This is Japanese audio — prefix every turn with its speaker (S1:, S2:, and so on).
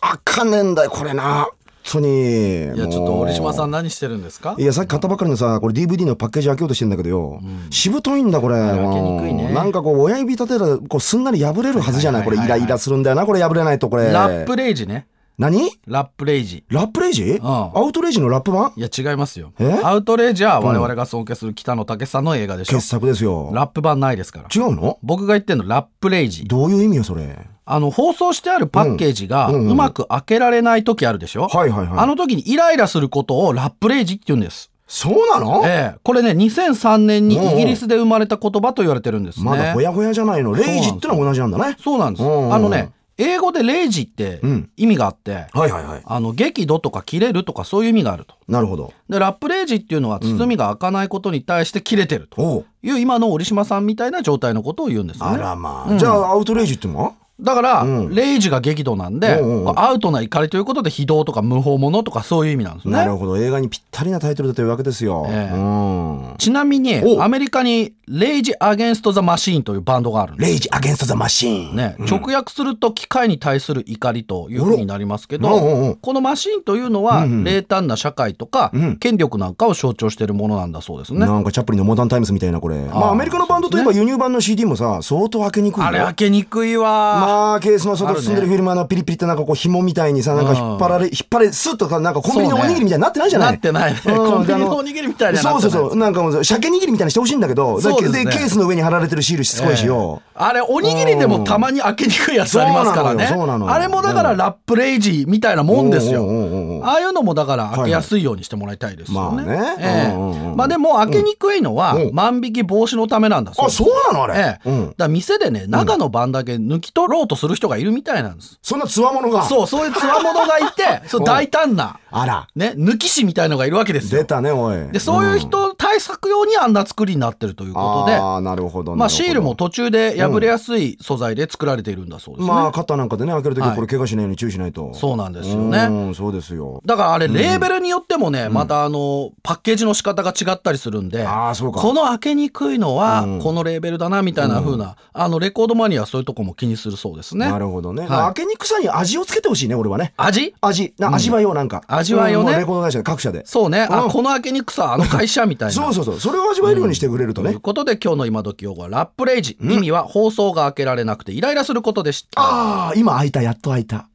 S1: あかんねんだよこれな本当に
S2: いやちょっと折島さん何してるんですか
S1: いやさっき買ったばっかりのさこれ DVD のパッケージ開けようとしてんだけどよ、しぶといんだこれ
S2: 開けにくいね
S1: なんかこう親指立てたらこうすんなり破れるはずじゃないこれイライラするんだよなこれ破れないとこれ
S2: ラップレイジね
S1: 何
S2: ラップレイジ
S1: ラップレイジ、アウトレイジのラップ版
S2: いや違いますよ
S1: え
S2: アウトレイジは我々が尊敬する北野武さんの映画でしょ
S1: 傑作ですよ
S2: ラップ版ないですから
S1: 違うの
S2: 僕が言ってんのラップレイジ
S1: どういう意味よそれはい
S2: あの放送してあるパッケージが
S1: うんうんうん
S2: うまく開けられない時あるでしょ、
S1: はいはい
S2: あの時にイライラすることをラップレイジって言うんです、
S1: そうなの、
S2: ええこれね2003年にイギリスで生まれた言葉と言われてるんですね、
S1: まだほやほやじゃないのレイジってのは同じなんだね
S2: そうなんです
S1: うんうん
S2: あのね英語でレイジって
S1: うん
S2: 意味があって、
S1: はいはいはい
S2: あの激怒とか切れるとかそういう意味があると
S1: なるほど
S2: でラップレイジっていうのは包みが開かないことに対して切れてると
S1: おう
S2: いう今の折島さんみたいな状態のことを言うんですよ
S1: あ
S2: ね
S1: らまあ、じゃあアウトレイジってのは
S2: だから、
S1: うん
S2: レイジが激怒なんで、
S1: うんうんうん
S2: こうアウトな怒りということで非道とか無法者とかそういう意味なんです
S1: な
S2: ね
S1: るほど映画にぴったりなタイトルだというわけですよ、
S2: ええ
S1: うん
S2: ちなみに
S1: お
S2: アメリカにレイジ・アゲンスト・ザ・マシーンというバンドがあるんです
S1: レイジ・アゲンスト・ザ・マシーン。
S2: ね、直訳すると機械に対する怒りというふうになりますけ
S1: おろうんうんうん
S2: どこのマシーンというのは冷淡な社会とか
S1: うん
S2: 権力なんかを象徴しているものなんだそうですね。
S1: なんかチャップリンのモダンタイムズみたいなこれまあ
S2: あー
S1: アメリカのバンドといえば輸入版の CD もさ相当開けにくいよ
S2: あれ開けにくいわ、
S1: まあケースの外進んでるフィルムあのピリピリってなんかこう紐みたいにさなんか引っ張られ引っ張れスッとかなんかコンビニの
S2: そ
S1: お
S2: うね
S1: にぎりみたいになってないじゃない
S2: なってないね
S1: うん
S2: コンビニのおにぎりみたいにはなって
S1: そ
S2: な
S1: うそ
S2: い
S1: うそうなんかもう鮭握りみたいにしてほしいんだけど
S2: そうですね
S1: ケースの上に貼られてるシールしつこいしよ
S2: あれおにぎりでもたまに開けにくいやつありますからね
S1: そうなのよそうなのよ
S2: あれもだからラップレイジみたいなもんです
S1: おうおうおうお
S2: よ
S1: う
S2: ああいうのもだから開けやすいようにしてもらいたいですよね,、
S1: はいはいまあね
S2: ええ
S1: うんうんうん
S2: まあでも開けにくいのは
S1: うん
S2: 万引き防止のためなんだそう
S1: あ
S2: です
S1: そうなのあれ
S2: ええ
S1: う
S2: だか
S1: ん
S2: ら店でね中の番だけ抜き取ろうとする人がいるみたいなんです、
S1: そんなつわものが
S2: そうそういうつわものがいてそう大胆な、
S1: あら
S2: ね、抜き師みたいのがいるわけです
S1: 出
S2: よ
S1: たねおい
S2: でそういう
S1: と
S2: 人対策用にあんな作りになってるということで、
S1: ああなるほどなるほど
S2: まあ、シールも途中で破れやすい素材で作られているんだそうですね、
S1: まあ肩なんかでね開けるとき
S2: はい
S1: これ怪我しないように注意しないと
S2: そうなんですよね
S1: うんそうですよ
S2: だからあれレーベルによってもね、またあのパッケージの仕方が違ったりするんで
S1: ああそうか
S2: この開けにくいのは
S1: うん
S2: このレーベルだなみたいな風な、あのレコードマニアはそういうとこも気にするそうですね
S1: なるほどね
S2: い
S1: まあ開けにくさに味をつけてほしいね俺はね
S2: 味
S1: 味な味わいをなんか
S2: 味わいを
S1: う
S2: ね
S1: んもうレコード会社で各社で
S2: そうね、
S1: う
S2: あ
S1: ん
S2: この開けにくさあの会社みたいな
S1: そうそうそうそれを味わえるようにしてくれると
S2: とい
S1: ね
S2: うことで今日の今時用語はラップレイジ、意味は放送が開けられなくてイライラすることでした
S1: ああ今開いたやっと開いた